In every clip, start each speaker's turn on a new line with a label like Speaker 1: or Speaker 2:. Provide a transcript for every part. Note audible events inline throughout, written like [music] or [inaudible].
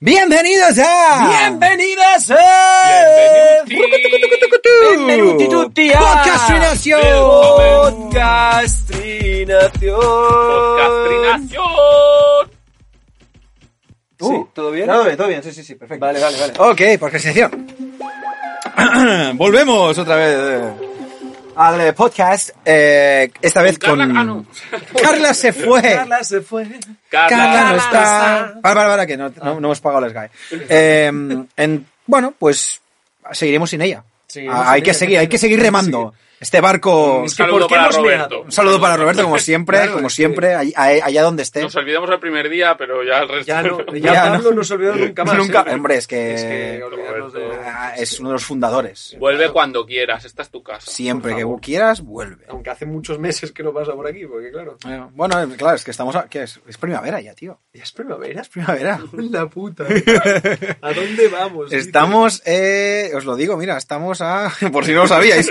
Speaker 1: Bienvenidos a...
Speaker 2: Bienvenidas a... Benvenuti tutti a...
Speaker 1: Podcastrinación.
Speaker 2: Podcastrinación.
Speaker 3: Podcastrinación.
Speaker 2: ¿Sí? ¿Todo bien?
Speaker 1: Todo bien, todo bien, sí, sí, sí, perfecto.
Speaker 2: Vale, vale, vale.
Speaker 1: Ok, [clears throat] podcastinación.
Speaker 2: Volvemos otra vez. eh.
Speaker 1: Al podcast, eh, esta vez con...
Speaker 3: Carla- ah, no.
Speaker 1: Carla se fue.
Speaker 2: Carla se fue.
Speaker 1: Carla no
Speaker 3: Carla.
Speaker 1: está. Para, para, para, que no, no- no hemos pagado las GAE. Eh, en- bueno, pues seguiremos sin ella.
Speaker 2: Seguiremos
Speaker 1: Ah,
Speaker 2: sin
Speaker 1: hay que
Speaker 2: ella,
Speaker 1: seguir, hay que seguir remando. Este barco.
Speaker 3: Un saludo para Roberto.
Speaker 1: Un saludo para Roberto, como siempre,
Speaker 2: Claro,
Speaker 1: como
Speaker 2: es que-
Speaker 1: siempre, all- all- allá donde esté.
Speaker 3: Nos olvidamos el primer día, pero ya el resto.
Speaker 2: Ya [laughs] no, ya,
Speaker 1: Ya,
Speaker 2: Pablo
Speaker 1: no.
Speaker 2: no. se olvidó nunca más.
Speaker 1: Nunca-
Speaker 2: ¿eh?
Speaker 1: hombre, es que-
Speaker 2: Es que olvidarnos de...
Speaker 1: Ah, Es uno de los fundadores.
Speaker 3: Vuelve cuando quieras, esta es tu casa.
Speaker 1: Siempre
Speaker 2: por
Speaker 1: que
Speaker 2: favor.
Speaker 1: quieras, vuelve.
Speaker 2: Aunque hace muchos meses que no pasa por aquí, porque claro...
Speaker 1: Eh, Bueno, eh, claro, es que estamos. a- ¿qué es? Es primavera ya, tío.
Speaker 2: Ya es primavera, es [laughs]
Speaker 1: Primavera.
Speaker 2: primavera. La puta. ¿A dónde vamos? dice?
Speaker 1: Estamos, eh, os lo digo, mira, estamos a. [laughs] Por si no lo sabíais.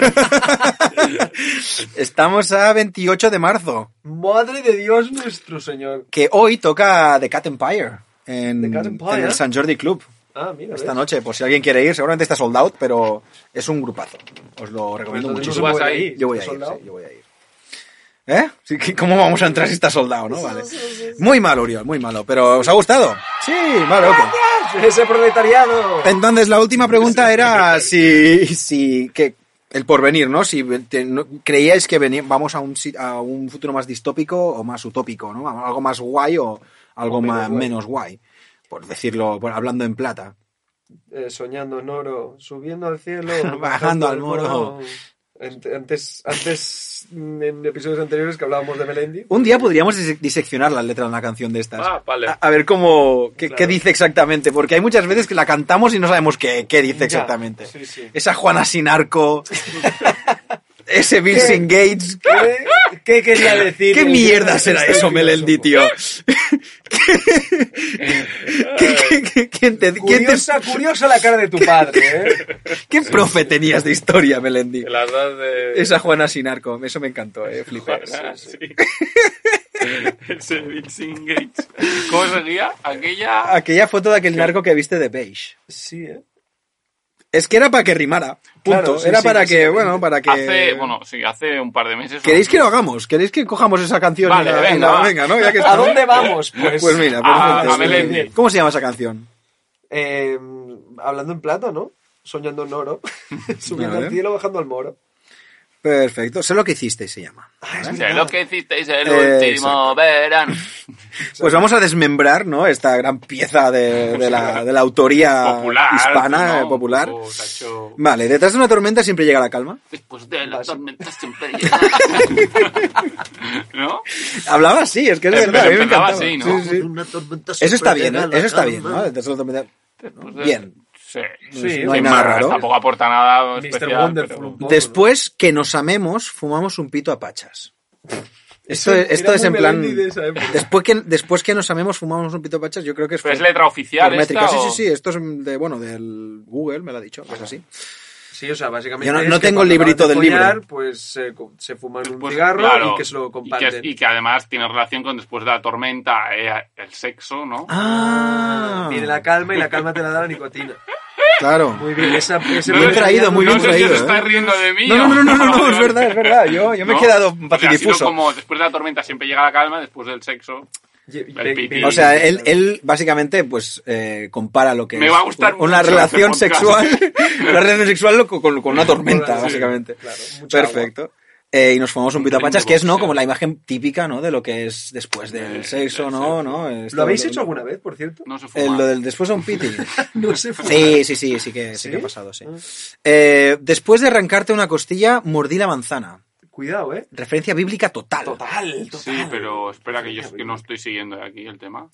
Speaker 1: estamos a 28 de marzo.
Speaker 2: Madre de Dios nuestro Señor.
Speaker 1: que hoy toca The Cat Empire en,
Speaker 2: The Cat Empire.
Speaker 1: en el San Jordi Club
Speaker 2: Ah, mira.
Speaker 1: esta
Speaker 2: ¿ves?
Speaker 1: noche. Por si alguien quiere ir, seguramente está sold out, pero es un grupazo. Os lo recomiendo muchísimo.
Speaker 2: Pues entonces no se
Speaker 3: Vas
Speaker 2: puede
Speaker 3: ahí.
Speaker 2: ir,
Speaker 1: Yo voy a
Speaker 2: ¿está
Speaker 1: ir,
Speaker 2: soldado?
Speaker 1: sí, yo voy a ir. ¿Eh? Sí, que- ¿Cómo vamos a entrar si está soldado, no? Vale. Muy malo, Oriol, muy malo. Pero ¿os ha gustado? Sí, vale, ok.
Speaker 2: ¡Ese proletariado!
Speaker 1: Entonces, la última pregunta era si, si que el porvenir, ¿no? Si te- no- creíais que veni- vamos a un, sit- a un futuro más distópico o más utópico, ¿no? Algo más guay o algo
Speaker 2: menos
Speaker 1: más,
Speaker 2: guay.
Speaker 1: menos guay, por decirlo, por- hablando en plata.
Speaker 2: Eh, soñando en oro, subiendo
Speaker 1: [laughs]
Speaker 2: al cielo,
Speaker 1: Bajando al moro.
Speaker 2: Ant- Antes, antes, mm, en episodios anteriores que hablábamos
Speaker 1: [laughs]
Speaker 2: de Melendi.
Speaker 1: Un día podríamos dise- diseccionar la letra de una canción de estas.
Speaker 3: Ah, vale.
Speaker 1: A, a ver cómo, qué, qué
Speaker 2: Claro.
Speaker 1: dice exactamente, porque hay muchas veces que la cantamos y no sabemos qué, qué dice
Speaker 2: Ya,
Speaker 1: exactamente.
Speaker 2: sí, sí.
Speaker 1: Esa Juana
Speaker 2: [laughs]
Speaker 1: Sinarco, ese Bill
Speaker 2: ¿Qué?
Speaker 1: Sin Gates,
Speaker 2: ¿Qué, Este qué quería decir?
Speaker 1: ¿Qué mierda será eso, Melendi, tío? ¿Qué, qué- qué- quién te- quién te- [laughs]
Speaker 2: Curiosa, curiosa la cara de tu padre, ¿eh?
Speaker 1: qué profe tenías de historia,
Speaker 2: [laughs]
Speaker 1: Melendi?
Speaker 3: Te las das de.
Speaker 1: Esa Juana Sinarco, eso me encantó, eh, flipé.
Speaker 3: Ah, sí. [laughs] Ese Vincent Gates. ¿Cómo seguía? Aquella.
Speaker 1: Aquella foto de aquel narco que viste de beige.
Speaker 2: Sí, ¿eh?
Speaker 1: Es que era para que rimara, punto.
Speaker 2: Claro, sí,
Speaker 1: era
Speaker 2: sí,
Speaker 1: para
Speaker 2: sí,
Speaker 1: que,
Speaker 2: sí.
Speaker 1: bueno, para que...
Speaker 3: Hace. Bueno, sí, hace un par de meses.
Speaker 1: ¿Queréis que lo hagamos? ¿Queréis que cojamos esa canción? y
Speaker 3: Vale,
Speaker 1: la- y
Speaker 3: venga,
Speaker 1: la-
Speaker 3: va.
Speaker 1: venga, ¿no? Ya que
Speaker 2: ¿A
Speaker 1: estamos.
Speaker 2: dónde vamos?
Speaker 1: [laughs]
Speaker 2: Pues,
Speaker 1: Pues mira,
Speaker 3: Ah,
Speaker 1: perfecto.
Speaker 3: a Melendi.
Speaker 1: ¿Cómo se llama esa canción?
Speaker 2: eh, hablando en plata, ¿no? Soñando
Speaker 1: [laughs]
Speaker 2: en oro, subiendo
Speaker 1: Vale.
Speaker 2: al cielo, bajando al moro.
Speaker 1: Perfecto, sé lo que hiciste, se llama.
Speaker 3: Sé lo que hicisteis el
Speaker 1: Eh,
Speaker 3: último verano.
Speaker 1: Pues vamos a desmembrar, ¿no? Esta gran pieza de, de la, de la autoría
Speaker 3: Popular.
Speaker 1: Ah, hispana,
Speaker 3: ¿no?
Speaker 1: eh, popular.
Speaker 3: Oh, se ha hecho-
Speaker 1: Vale, detrás de una tormenta siempre llega la calma.
Speaker 3: Después Pues de la
Speaker 2: Vas.
Speaker 1: [laughs]
Speaker 3: tormenta siempre llega. [laughs] ¿No?
Speaker 1: Hablaba así, es que es
Speaker 3: Em-
Speaker 1: verdad. a mí me encantaba.
Speaker 3: empezaba así, ¿no?
Speaker 1: Sí, sí. Eso está bien, ¿eh? eso está bien, ¿no? Detrás de una tormenta.
Speaker 3: Después de-
Speaker 1: Bien.
Speaker 3: Sí.
Speaker 2: Sí,
Speaker 1: no hay
Speaker 3: Sin
Speaker 1: nada
Speaker 3: más,
Speaker 1: raro.
Speaker 3: Tampoco aporta nada
Speaker 2: Mr.
Speaker 3: especial.
Speaker 2: Wonderful,
Speaker 3: pero-
Speaker 2: un poco,
Speaker 1: Después que nos amemos, fumamos un pito a
Speaker 2: [laughs]
Speaker 1: pachas. Esto,
Speaker 2: Era
Speaker 1: es- esto es
Speaker 2: muy
Speaker 1: en plan.
Speaker 2: Melendi de esa época.
Speaker 1: Después que, después que nos amemos, fumamos un pito a pachas, yo creo que es.
Speaker 3: Pero Pues es letra oficial
Speaker 1: por métrica.
Speaker 3: esta,
Speaker 1: Sí,
Speaker 3: o-
Speaker 1: sí, sí, esto es de, bueno, del Google, me lo ha dicho, que es así.
Speaker 2: Sí, o sea, básicamente.
Speaker 1: Yo no-
Speaker 2: es
Speaker 1: no
Speaker 2: que
Speaker 1: tengo el
Speaker 2: cuando
Speaker 1: librito
Speaker 2: acaban de
Speaker 1: del
Speaker 2: follar,
Speaker 1: libro.
Speaker 2: Pues eh, co- se fuman un
Speaker 3: Pues,
Speaker 2: cigarro
Speaker 3: claro,
Speaker 2: y que se lo
Speaker 3: Y que,
Speaker 2: comparten.
Speaker 3: y que además tiene relación con después de la tormenta, eh, el sexo, ¿no?
Speaker 1: Ah,
Speaker 2: Tiene la calma y la calma te la da la nicotina.
Speaker 1: claro.
Speaker 2: Muy bien, esa. ese
Speaker 1: Muy bien traído, muy
Speaker 3: no
Speaker 1: bien
Speaker 3: sé
Speaker 1: traído,
Speaker 3: si os
Speaker 1: ¿eh?
Speaker 3: estáis riendo de mí.
Speaker 1: No,
Speaker 3: o-
Speaker 1: no, no, no, no, no, es verdad, es verdad. Yo, yo me he
Speaker 3: ¿No?
Speaker 1: quedado
Speaker 3: O sea, ha sido
Speaker 1: patidifuso.
Speaker 3: como después de la tormenta siempre llega la calma, después del sexo. El piti.
Speaker 1: O sea, él, él básicamente pues eh, compara lo que
Speaker 3: Me
Speaker 1: es
Speaker 3: va a gustar
Speaker 1: una
Speaker 3: mucho
Speaker 1: relación
Speaker 3: este
Speaker 1: sexual,
Speaker 3: [laughs] podcast.
Speaker 1: una relación sexual con, con- con una tormenta,
Speaker 2: Sí,
Speaker 1: básicamente.
Speaker 2: claro, mucha
Speaker 1: Perfecto. Eh, y nos fumamos un
Speaker 3: Un
Speaker 1: pito a pachas,
Speaker 3: drink de
Speaker 1: que es no
Speaker 3: boxeo.
Speaker 1: como la imagen típica, ¿no? De lo que es después del
Speaker 3: Eh,
Speaker 1: sexo,
Speaker 3: del
Speaker 1: ¿no?
Speaker 3: sexo.
Speaker 1: ¿no? Esto-
Speaker 2: ¿Lo habéis
Speaker 1: lo-
Speaker 2: hecho alguna vez, por cierto?
Speaker 3: No se
Speaker 1: eh,
Speaker 3: fuma.
Speaker 1: lo del después de un piti.
Speaker 2: [laughs] No se fuma.
Speaker 1: Sí, sí, sí, sí que, sí que
Speaker 2: ¿Sí?
Speaker 1: ha pasado, sí.
Speaker 2: Ah.
Speaker 1: Eh, después de arrancarte una costilla, mordí la manzana.
Speaker 2: Cuidado, ¿eh?
Speaker 1: Referencia bíblica total.
Speaker 2: Total, total.
Speaker 3: Sí, pero espera que yo es que no estoy siguiendo aquí el tema.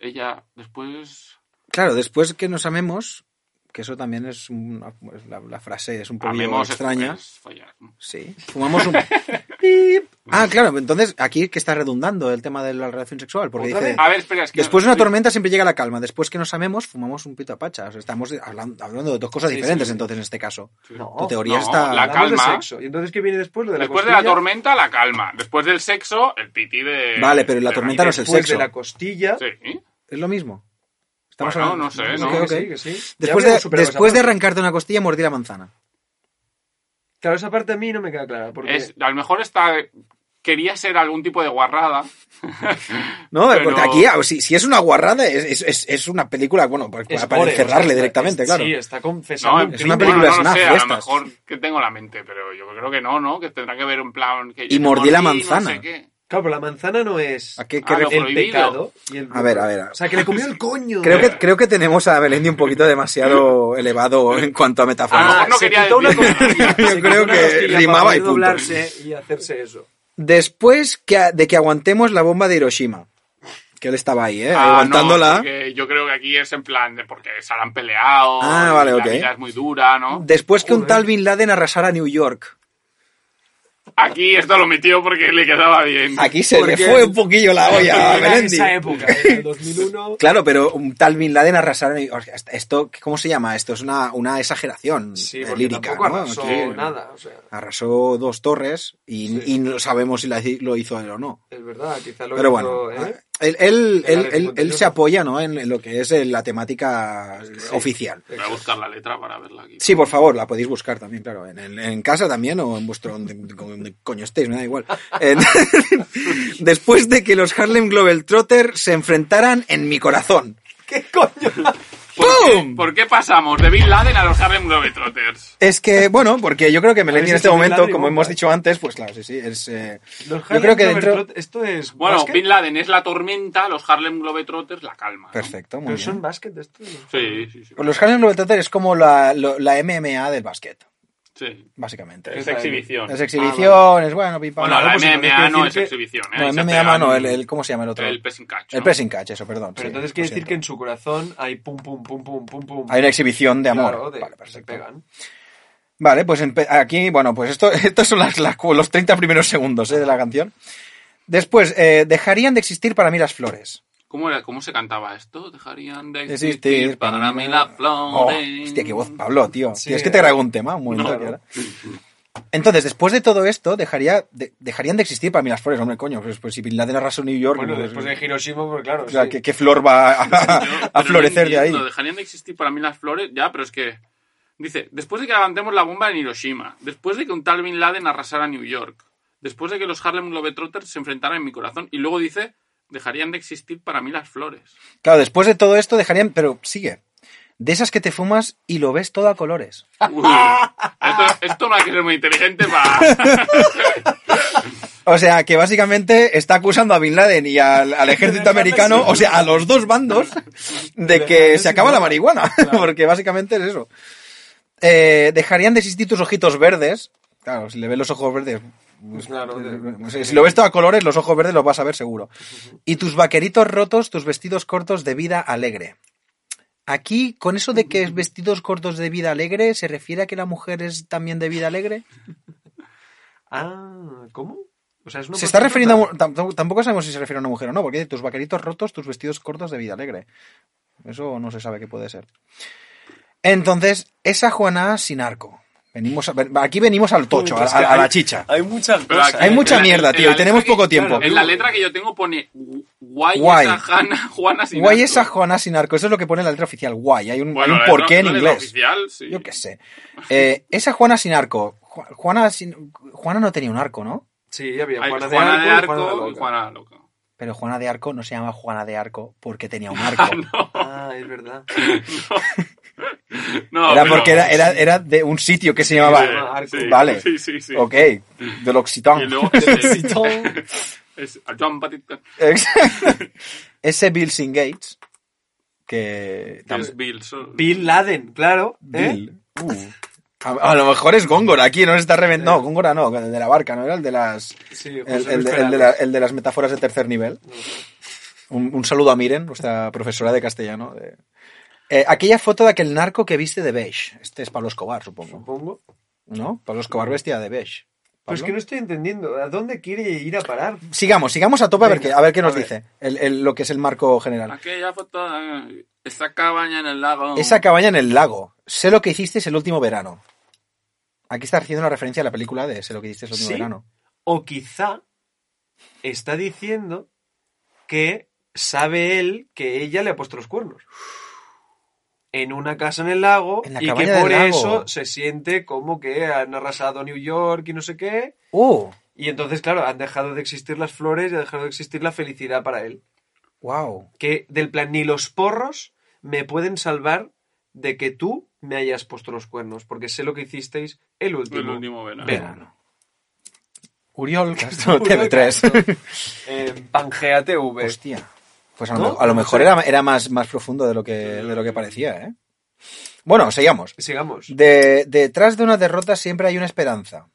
Speaker 3: Ella después...
Speaker 1: Claro, después que nos amemos, que eso también es una- es la, la frase, es un poquillo
Speaker 3: Amemos
Speaker 1: extraña.
Speaker 3: es- es follar.
Speaker 1: Sí, fumamos un... Pip. ah, claro, entonces aquí que está redundando el tema de la relación sexual, porque
Speaker 2: ¿Otra
Speaker 1: dice...
Speaker 2: vez?
Speaker 3: A ver, espera, es que...
Speaker 1: Después de una tormenta siempre llega la calma. Después que nos amemos, fumamos un pito a pachas. Estamos hablando, hablando de dos cosas
Speaker 3: Sí,
Speaker 1: diferentes,
Speaker 3: sí, sí.
Speaker 1: entonces, en este caso.
Speaker 2: No,
Speaker 1: Tu teoría
Speaker 3: no,
Speaker 1: está...
Speaker 3: la
Speaker 2: hablamos de
Speaker 3: calma.
Speaker 2: sexo. ¿Y entonces qué viene después? Lo de la
Speaker 3: Después de la
Speaker 2: costilla.
Speaker 3: tormenta, la calma. Después del sexo, el piti de...
Speaker 1: Vale, pero la
Speaker 3: de
Speaker 1: tormenta no es el
Speaker 2: Después
Speaker 1: sexo.
Speaker 2: de la costilla.
Speaker 3: Sí.
Speaker 1: ¿Es lo mismo?
Speaker 3: Bueno, no sé,
Speaker 2: Sí,
Speaker 3: ¿no?
Speaker 2: que
Speaker 1: Ok, ok.
Speaker 2: sí, que sí. Ya
Speaker 1: Después,
Speaker 2: habíamos
Speaker 1: de,
Speaker 2: superado esa
Speaker 1: después de
Speaker 2: parte.
Speaker 1: arrancarte una costilla, mordí la manzana.
Speaker 2: Claro, esa parte a mí no me queda clara. Porque
Speaker 3: Es, a lo mejor está... Quería ser algún tipo de guarrada.
Speaker 1: No,
Speaker 3: Pero-
Speaker 1: porque aquí, ah, si, si es una guarrada, es, es- es- es una película, bueno, para,
Speaker 2: es
Speaker 1: para
Speaker 2: gore,
Speaker 1: encerrarle
Speaker 2: o sea,
Speaker 1: directamente,
Speaker 2: es-
Speaker 1: claro.
Speaker 2: Sí, está confesando.
Speaker 3: No,
Speaker 2: un
Speaker 1: es una
Speaker 2: crimen.
Speaker 1: película
Speaker 3: bueno, no lo
Speaker 1: snuff
Speaker 3: sé,
Speaker 1: de
Speaker 3: a lo
Speaker 1: estas.
Speaker 3: mejor que tengo la mente, pero yo creo que no, ¿no? Que tendrá que ver un plan que yo
Speaker 1: Y
Speaker 3: te
Speaker 1: mordí la
Speaker 3: mordí, no
Speaker 1: manzana.
Speaker 3: sé qué.
Speaker 2: Claro, pero la manzana no es
Speaker 1: ¿A qué- qué
Speaker 3: Ah, lo
Speaker 1: ref-
Speaker 2: el
Speaker 3: prohibido.
Speaker 2: pecado. y el-
Speaker 1: A ver, a ver.
Speaker 2: O sea, que le comió el coño.
Speaker 1: Creo que, creo que tenemos a Belendi un poquito
Speaker 2: [laughs]
Speaker 1: demasiado elevado en cuanto a
Speaker 3: A lo
Speaker 1: metáforas.
Speaker 3: mejor Ah, no
Speaker 2: se
Speaker 3: quería
Speaker 2: quitó una
Speaker 3: decir-
Speaker 2: costilla,
Speaker 1: [laughs] Yo
Speaker 2: se quitó
Speaker 1: creo
Speaker 2: una
Speaker 1: que
Speaker 2: costilla para
Speaker 1: rimaba y
Speaker 2: poder
Speaker 1: punto.
Speaker 2: doblarse y hacerse eso.
Speaker 1: Después que, a- de que aguantemos la bomba de Hiroshima, que él estaba ahí, ¿eh?
Speaker 3: Ah,
Speaker 1: aguantándola.
Speaker 3: no, porque yo creo que aquí es en plan de porque se han peleado.
Speaker 1: Ah,
Speaker 3: y
Speaker 1: vale,
Speaker 3: la
Speaker 1: ok.
Speaker 3: vida es muy dura, ¿no?
Speaker 1: Después que un
Speaker 2: Joder.
Speaker 1: tal Bin Laden arrasara New York.
Speaker 3: Aquí esto lo metió porque le quedaba bien.
Speaker 1: Aquí se le
Speaker 2: Porque-
Speaker 1: fue un poquillo la olla a
Speaker 2: Era
Speaker 1: Belendi.
Speaker 2: esa época, ¿eh? en
Speaker 1: [laughs]
Speaker 2: el 2001.
Speaker 1: Claro, pero un tal Bin Laden arrasara New York. Esto, ¿cómo se llama? Esto es una, una exageración
Speaker 2: Sí,
Speaker 1: eh,
Speaker 2: porque
Speaker 1: lírica.
Speaker 2: tampoco
Speaker 1: ¿no?
Speaker 2: arrasó
Speaker 1: Aquí
Speaker 2: nada. O sea,
Speaker 1: Arrasó dos torres y, y no sabemos si la- lo hizo él o no.
Speaker 2: es verdad, quizá lo
Speaker 1: Pero
Speaker 2: hizo,
Speaker 1: bueno,
Speaker 2: ¿eh?
Speaker 1: él, él, él-
Speaker 2: El Alex
Speaker 1: él- él
Speaker 2: Monteiro.
Speaker 1: se apoya ¿no? en en lo que es eh, la temática oficial.
Speaker 3: Voy a buscar la letra para verla aquí.
Speaker 1: Sí, por favor, la podéis buscar también, claro. En, el- en casa también o en vuestro... donde- donde coño estéis, me da igual. En- [laughs] después de que los Harlem Globetrotter se enfrentaran en mi corazón.
Speaker 2: ¿Qué [laughs] coño?
Speaker 3: ¿Por,
Speaker 1: ¡Pum!
Speaker 3: Qué, por qué pasamos de Bin Laden a los Harlem Globetrotters?
Speaker 1: Es que, bueno, porque yo creo que Melendi en este
Speaker 2: visto Bin
Speaker 1: momento,
Speaker 2: Laden y
Speaker 1: como
Speaker 2: Bomba,
Speaker 1: hemos
Speaker 2: eh?
Speaker 1: dicho antes, pues claro, sí, sí, es... eh,
Speaker 2: Los
Speaker 1: yo creo que
Speaker 2: Harlem
Speaker 1: dentro...
Speaker 2: Globetrot- Esto es.
Speaker 3: Bueno,
Speaker 2: básquet,
Speaker 3: Bin Laden es la tormenta, los Harlem Globetrotters la calma. ¿no?
Speaker 1: Perfecto, muy
Speaker 2: Pero
Speaker 1: bien.
Speaker 2: son básquet de esto. ¿no?
Speaker 3: Sí, sí, sí.
Speaker 1: Pues Los Harlem Globetrotter es como la, lo- la MMA del básquet,
Speaker 3: sí.
Speaker 1: básicamente.
Speaker 3: Es
Speaker 2: Está bien.
Speaker 3: exhibición.
Speaker 1: Las exhibiciones, bueno, pipa.
Speaker 3: Bueno, la
Speaker 2: pues, quiere
Speaker 3: MMA no es
Speaker 2: decir que-
Speaker 3: exhibición, ¿eh?
Speaker 1: No,
Speaker 3: Se
Speaker 1: el MMA
Speaker 3: pegan-
Speaker 1: no, el, el- ¿cómo se llama el otro?
Speaker 3: el pressing catch,
Speaker 1: El
Speaker 3: ¿no?
Speaker 1: pressing catch, eso, perdón.
Speaker 2: Pero
Speaker 1: sí,
Speaker 2: entonces
Speaker 1: lo
Speaker 2: quiere decir
Speaker 1: siento.
Speaker 2: que en su corazón hay pum, pum, pum, pum, pum, pum.
Speaker 1: Hay una exhibición de amor.
Speaker 2: Claro, de-
Speaker 1: vale,
Speaker 2: se
Speaker 1: perfecto.
Speaker 2: pegan.
Speaker 1: Vale, pues empe- aquí, bueno, pues esto, [laughs] estos son las- las- los 30 primeros segundos ¿eh? de la canción. Después, eh, dejarían de existir para mí las flores.
Speaker 3: ¿Cómo, era, ¿Cómo se cantaba esto? Dejarían de
Speaker 1: Existir
Speaker 3: existir, para mí la
Speaker 1: Oh,
Speaker 3: flores.
Speaker 1: hostia, qué voz, Pablo, tío.
Speaker 2: Sí,
Speaker 1: Tienes que
Speaker 2: eh.
Speaker 1: te grabo un tema, un momento.
Speaker 2: No.
Speaker 1: que ahora. Entonces, después de todo esto, dejaría, de- dejarían de existir para mí las flores. Hombre, coño, pues, pues si Bin Laden arrasó New York...
Speaker 2: Bueno,
Speaker 1: pues,
Speaker 2: después de Hiroshima, porque claro.
Speaker 1: o sea,
Speaker 2: sí.
Speaker 1: ¿qué, qué flor va [laughs] a, a-
Speaker 3: Yo-
Speaker 1: a
Speaker 3: pero no
Speaker 1: florecer de ahí?
Speaker 3: entiendo, Dejarían de existir para mí las flores, ya, pero es que. Dice, después de que levantemos la bomba en Hiroshima, después de que un tal Bin Laden arrasara New York, después de que los Harlem Globetrotters se enfrentaran en mi corazón, y luego dice, dejarían de existir para mí las
Speaker 1: [laughs]
Speaker 3: flores.
Speaker 1: Claro, después de todo esto dejarían, pero sigue. De esas que te fumas y lo ves todo a colores.
Speaker 3: Uy, esto, esto no hay que ser muy inteligente para.
Speaker 1: O sea, que básicamente está acusando a Bin Laden y al, al ejército americano, o sea, a los dos bandos, de que se acaba la marihuana. [laughs] Porque básicamente es eso. Eh, dejarían de existir tus ojitos verdes. Claro, si le ves los ojos verdes.
Speaker 2: Pues claro, de-
Speaker 1: o sea, Si lo ves todo a colores, los ojos verdes los vas a ver seguro. Y tus vaqueritos rotos, tus vestidos cortos de vida alegre. Aquí, con eso de que es vestidos cortos de vida alegre, ¿se refiere a que la mujer es también de vida alegre?
Speaker 2: Ah, ¿cómo? O sea, es una
Speaker 3: pues
Speaker 1: Se está
Speaker 2: prostituta.
Speaker 1: refiriendo a, mu- tam- tampoco sabemos si se refiere a una mujer o no, porque tus vaqueritos rotos, tus vestidos cortos de vida alegre. Eso no se sabe qué puede ser. Entonces, esa Juana sin arco. Venimos a- ven- aquí venimos al tocho, a,
Speaker 3: Pues
Speaker 4: Es que
Speaker 1: a- a
Speaker 4: hay-
Speaker 1: la chicha.
Speaker 4: Hay muchas
Speaker 3: Pero
Speaker 4: cosas.
Speaker 3: aquí-
Speaker 1: Hay mucha
Speaker 3: en la-
Speaker 1: mierda,
Speaker 3: en
Speaker 1: tío,
Speaker 3: la
Speaker 1: y tenemos
Speaker 3: letra que-
Speaker 1: poco tiempo.
Speaker 3: En la letra que yo tengo pone guay,
Speaker 1: Guay.
Speaker 3: esa Hanna- Juana sin
Speaker 1: Guay
Speaker 3: arco".
Speaker 1: esa Juana sin arco. Eso es lo que pone en la letra oficial. Guay. Hay un,
Speaker 3: Bueno,
Speaker 1: hay un
Speaker 3: la
Speaker 1: porqué
Speaker 3: letra-
Speaker 1: en
Speaker 3: la letra
Speaker 1: inglés.
Speaker 3: oficial, sí.
Speaker 1: Yo qué sé. Eh, esa Juana sin arco. Ju- Juana, sin- Juana no tenía un arco, ¿no?
Speaker 2: Sí, había
Speaker 3: Hay
Speaker 2: Juana,
Speaker 3: Juana
Speaker 2: de Arco, y Juana
Speaker 3: y
Speaker 2: de Loca.
Speaker 3: Juana Loca. [laughs]
Speaker 1: Pero Juana de Arco no se llama Juana de Arco porque tenía un arco.
Speaker 2: Ah, es
Speaker 1: [laughs]
Speaker 2: verdad.
Speaker 3: [laughs] No,
Speaker 1: Era
Speaker 3: pero-
Speaker 1: porque era, era, era de un sitio que se
Speaker 3: Sí,
Speaker 1: llamaba
Speaker 3: sí,
Speaker 1: Vale.
Speaker 3: Sí, sí, sí.
Speaker 1: Ok, del
Speaker 3: Y
Speaker 1: Occitán.
Speaker 3: luego
Speaker 1: [laughs]
Speaker 3: ese, es John Batista,
Speaker 2: [laughs]
Speaker 1: Ese Bill Sin Gates, que...
Speaker 3: que
Speaker 2: ¿Eh?
Speaker 3: es Bill. so-
Speaker 2: Bin Laden, claro. ¿eh?
Speaker 1: Bill. uh. A, a lo mejor es Góngora, aquí no se está reventando. No, Góngora no, el de la barca, ¿no? Era el de las...
Speaker 2: Sí,
Speaker 1: El,
Speaker 2: José
Speaker 1: el
Speaker 2: Luis
Speaker 1: de, el de la-
Speaker 2: Perales.
Speaker 1: el de las metáforas de tercer nivel. Un, un saludo a Miren, nuestra profesora de castellano. de- Eh, aquella foto de aquel narco que viste de beige. Este es Pablo Escobar, supongo.
Speaker 2: supongo.
Speaker 1: ¿No? Pablo Escobar bestia de beige.
Speaker 2: Pues que
Speaker 1: Pablo.
Speaker 2: no estoy entendiendo. ¿A dónde quiere ir a parar?
Speaker 1: Sigamos, sigamos a tope a ver
Speaker 2: Venga,
Speaker 1: qué, a ver qué nos
Speaker 2: a ver.
Speaker 1: dice. El, el- lo que es el marco general.
Speaker 3: Aquella foto. eh, Esa cabaña en el lago.
Speaker 1: Esa cabaña en el lago. Sé lo que hiciste el último verano. Aquí está haciendo una referencia a la película de Sé lo que hiciste el último
Speaker 2: Sí.
Speaker 1: verano.
Speaker 2: O quizá está diciendo que sabe él que ella le ha puesto los cuernos. En una casa en el lago
Speaker 1: En la
Speaker 2: y que
Speaker 1: cabaña del
Speaker 2: por
Speaker 1: lago.
Speaker 2: eso se siente como que han arrasado New York y no sé qué.
Speaker 1: ¡Uh!
Speaker 2: Y entonces, claro, han dejado de existir las flores y ha dejado de existir la felicidad para él.
Speaker 1: ¡Wow!
Speaker 2: Que del plan, ni los porros me pueden salvar de que tú me hayas puesto los cuernos, porque sé lo que hicisteis el último.
Speaker 3: El último verano.
Speaker 1: Ah.
Speaker 2: Verano.
Speaker 1: [laughs] Uriol Castro, TV3.
Speaker 2: Eh, Pangea TV.
Speaker 1: Hostia. Pues a lo,
Speaker 2: ¿No?
Speaker 1: mejor- a lo
Speaker 2: No
Speaker 1: mejor
Speaker 2: sé.
Speaker 1: era, era más, más profundo de lo, que, de lo que parecía, ¿eh? Bueno, sigamos.
Speaker 2: Sigamos.
Speaker 1: De- detrás de una derrota siempre hay una esperanza.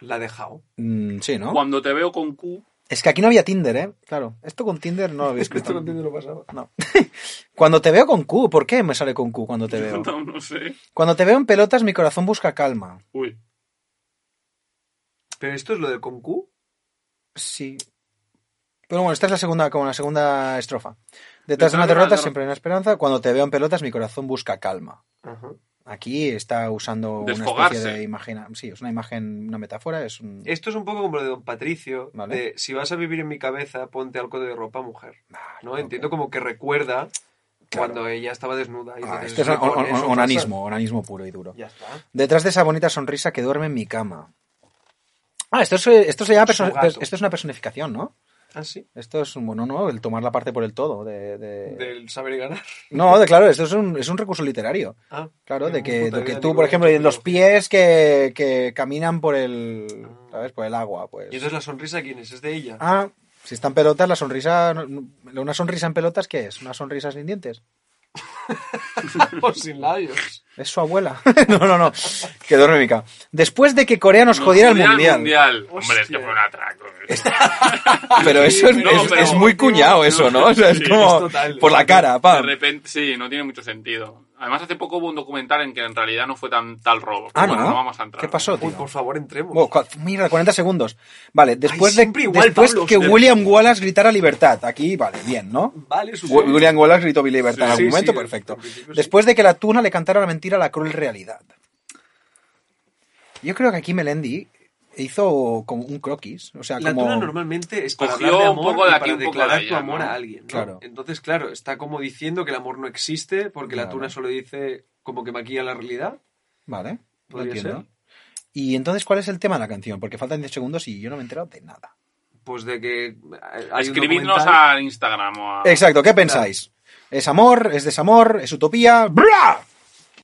Speaker 2: La ha dejado.
Speaker 1: Mm, sí, ¿no?
Speaker 3: Cuando te veo con Q.
Speaker 1: Es que aquí no había Tinder, ¿eh? Claro, [laughs] esto con Tinder no lo había escrito.
Speaker 2: lo pasaba.
Speaker 1: No. [laughs] Cuando te veo con Q, ¿por qué me sale con Q cuando te
Speaker 2: [laughs]
Speaker 1: veo?
Speaker 3: [laughs] No, no sé.
Speaker 1: Cuando te veo en pelotas, mi corazón busca calma.
Speaker 3: Uy.
Speaker 2: Pero esto es lo del con Q.
Speaker 1: Sí. Pero bueno, esta es la segunda, como la segunda estrofa. Detrás de una
Speaker 3: Detrás de una
Speaker 1: derrota
Speaker 3: derro-
Speaker 1: siempre hay una esperanza. Cuando te veo en pelotas, mi corazón busca calma.
Speaker 2: Ajá.
Speaker 1: Aquí está usando una
Speaker 3: Desfogarse.
Speaker 1: especie de imagen. Sí, es una imagen, una metáfora, es un.
Speaker 2: Esto es un poco como lo de Don Patricio.
Speaker 1: Vale.
Speaker 2: De si vas a vivir en mi cabeza, ponte algo de ropa mujer.
Speaker 1: Ah,
Speaker 2: ¿No?
Speaker 1: ok.
Speaker 2: Entiendo como que recuerda
Speaker 1: Claro.
Speaker 2: cuando ella estaba desnuda. Y
Speaker 1: Ah,
Speaker 2: entonces
Speaker 1: esto es
Speaker 2: le
Speaker 1: on-
Speaker 2: pone
Speaker 1: on-
Speaker 2: eso pasa.
Speaker 1: onanismo, onanismo puro y duro.
Speaker 2: Ya está.
Speaker 1: Detrás de esa bonita sonrisa que duerme en mi cama. Ah, esto, es, esto se llama
Speaker 2: Su
Speaker 1: perso-
Speaker 2: gato.
Speaker 1: esto es una personificación, ¿no?
Speaker 2: Ah, sí.
Speaker 1: Esto es un, bueno, no, el tomar la parte por el todo. De, de-
Speaker 2: Del saber y ganar.
Speaker 1: No, de- claro, esto es un, es un recurso literario.
Speaker 2: Ah,
Speaker 1: Claro, de
Speaker 2: mi
Speaker 1: que,
Speaker 2: puta
Speaker 1: de que
Speaker 2: vida,
Speaker 1: tú,
Speaker 2: ningún
Speaker 1: por ejemplo, en
Speaker 2: tipo de
Speaker 1: los pies que, que caminan por el, ¿sabes? Por el agua, pues.
Speaker 2: Y entonces la sonrisa, ¿quién es? Es de ella. [laughs]
Speaker 1: Ah, si están pelotas, la sonrisa, no- no- una sonrisa en pelotas, ¿qué es? Una sonrisa sin dientes.
Speaker 2: O sin labios.
Speaker 1: Es su abuela. [laughs] no, no, no. Que duerme mi cama. Después de que Corea nos jodiera el mundial.
Speaker 3: mundial. Hombre, es que
Speaker 2: Hostia.
Speaker 3: fue un atraco.
Speaker 1: Pero eso es,
Speaker 3: No,
Speaker 1: es-
Speaker 3: pero-
Speaker 1: es muy cuñado eso, ¿no? O sea, es
Speaker 3: Sí,
Speaker 1: como
Speaker 2: es total.
Speaker 1: por la cara,
Speaker 3: De
Speaker 1: pam.
Speaker 3: repente, sí, no tiene mucho sentido. Además, hace poco hubo un documental en que en realidad no fue tan tal robo.
Speaker 1: Ah,
Speaker 3: Bueno,
Speaker 1: ¿no?
Speaker 3: vamos a entrar.
Speaker 1: ¿Qué pasó,
Speaker 2: Uy,
Speaker 1: tío?
Speaker 2: por favor, entremos.
Speaker 1: Wow, cua- mira, 40 segundos. Vale, después, de,
Speaker 2: siempre igual,
Speaker 1: después
Speaker 2: Pablo,
Speaker 1: que
Speaker 2: hostia.
Speaker 1: William Wallace gritara libertad. Aquí, vale, bien, ¿no?
Speaker 2: Vale, su
Speaker 1: Wi- William Wallace gritó libertad en
Speaker 2: Sí,
Speaker 1: algún
Speaker 2: sí,
Speaker 1: momento,
Speaker 2: sí,
Speaker 1: perfecto.
Speaker 2: en principio sí.
Speaker 1: Después de que la tuna le cantara la mentira a la cruel realidad. Yo creo que aquí Melendi hizo como un croquis. O sea,
Speaker 2: La
Speaker 1: Ah, como...
Speaker 2: tuna normalmente es para
Speaker 3: Cogió
Speaker 2: hablar de
Speaker 3: un
Speaker 2: amor
Speaker 3: poco de
Speaker 2: y
Speaker 3: aquí,
Speaker 2: para
Speaker 3: un poco de
Speaker 2: declarar tu
Speaker 3: allá,
Speaker 2: amor
Speaker 3: ¿no?
Speaker 2: a alguien, ¿no?
Speaker 1: Claro.
Speaker 2: Entonces, claro, está como diciendo que el amor no existe porque la
Speaker 1: Claro.
Speaker 2: tuna solo dice como que maquilla la realidad.
Speaker 1: Vale, lo
Speaker 2: Podría
Speaker 1: entiendo.
Speaker 2: ser.
Speaker 1: Y entonces, ¿cuál es el tema de la canción? Porque faltan 10 segundos y yo no me he enterado de nada.
Speaker 2: Pues de que hay un
Speaker 3: Escribidnos
Speaker 2: documental- Ah,
Speaker 3: al Instagram o a...
Speaker 1: Exacto, ¿qué pensáis? ¿Es amor? ¿Es desamor? ¿Es utopía? ¡Bra!